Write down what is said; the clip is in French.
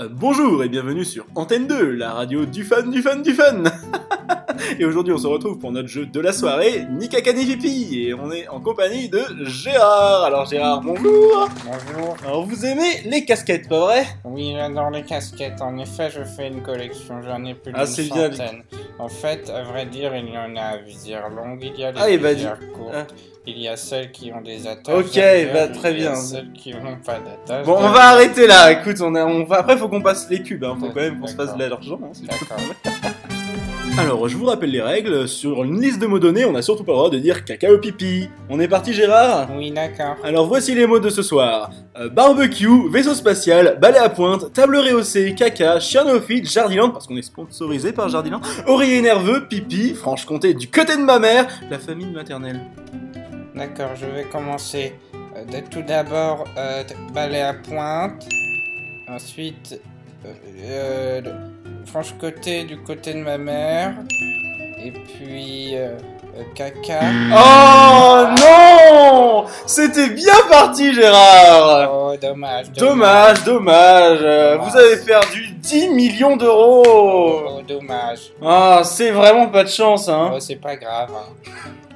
Euh, bonjour et bienvenue sur Antenne 2, la radio du fun, du fun, du fun Et aujourd'hui on se retrouve pour notre jeu de la soirée, Nikakani VP, et on est en compagnie de Gérard. Alors Gérard, bonjour Bonjour. Alors vous aimez les casquettes, pas vrai Oui, j'adore les casquettes. En effet, je fais une collection. J'en ai plus d'une Ah, c'est bien, Vic. centaine. En fait, à vrai dire, il y en a à visière longue, il y a les Ah, et bah, visières courtes. Ah. Il y a celles qui ont des attaches. Ok, derrière, bah, très il y a bien. celles qui n'ont pas d'attache. Bon, on derrière. va arrêter là, écoute, on, a, on va... après faut qu'on passe les cubes, hein, faut Ouais, quand même qu'on se fasse d'accord. de l'argent. hein, c'est- D'accord. Alors je vous rappelle les règles, sur une liste de mots donnés, on a surtout pas le droit de dire cacao pipi. On est parti Gérard Oui, d'accord. Alors voici les mots de ce soir. Euh, barbecue, vaisseau spatial, balai à pointe, table réhaussée, caca, chien néophyte, Jardiland, parce qu'on est sponsorisé par Jardiland, oreiller nerveux, pipi, Franche-Comté du côté de ma mère, la famille maternelle. D'accord, je vais commencer. Euh, de- tout d'abord, euh, de- balai à pointe. Ensuite, euh, euh, de- franche côté du côté de ma mère. Et puis, euh, euh, caca. Oh non C'était bien parti Gérard Oh, dommage. Ah. Dommage, dommage, euh, Dommage. vous avez perdu 10 millions d'euros Oh, dommage. Ah, c'est vraiment pas de chance hein Oh, c'est pas grave. hein.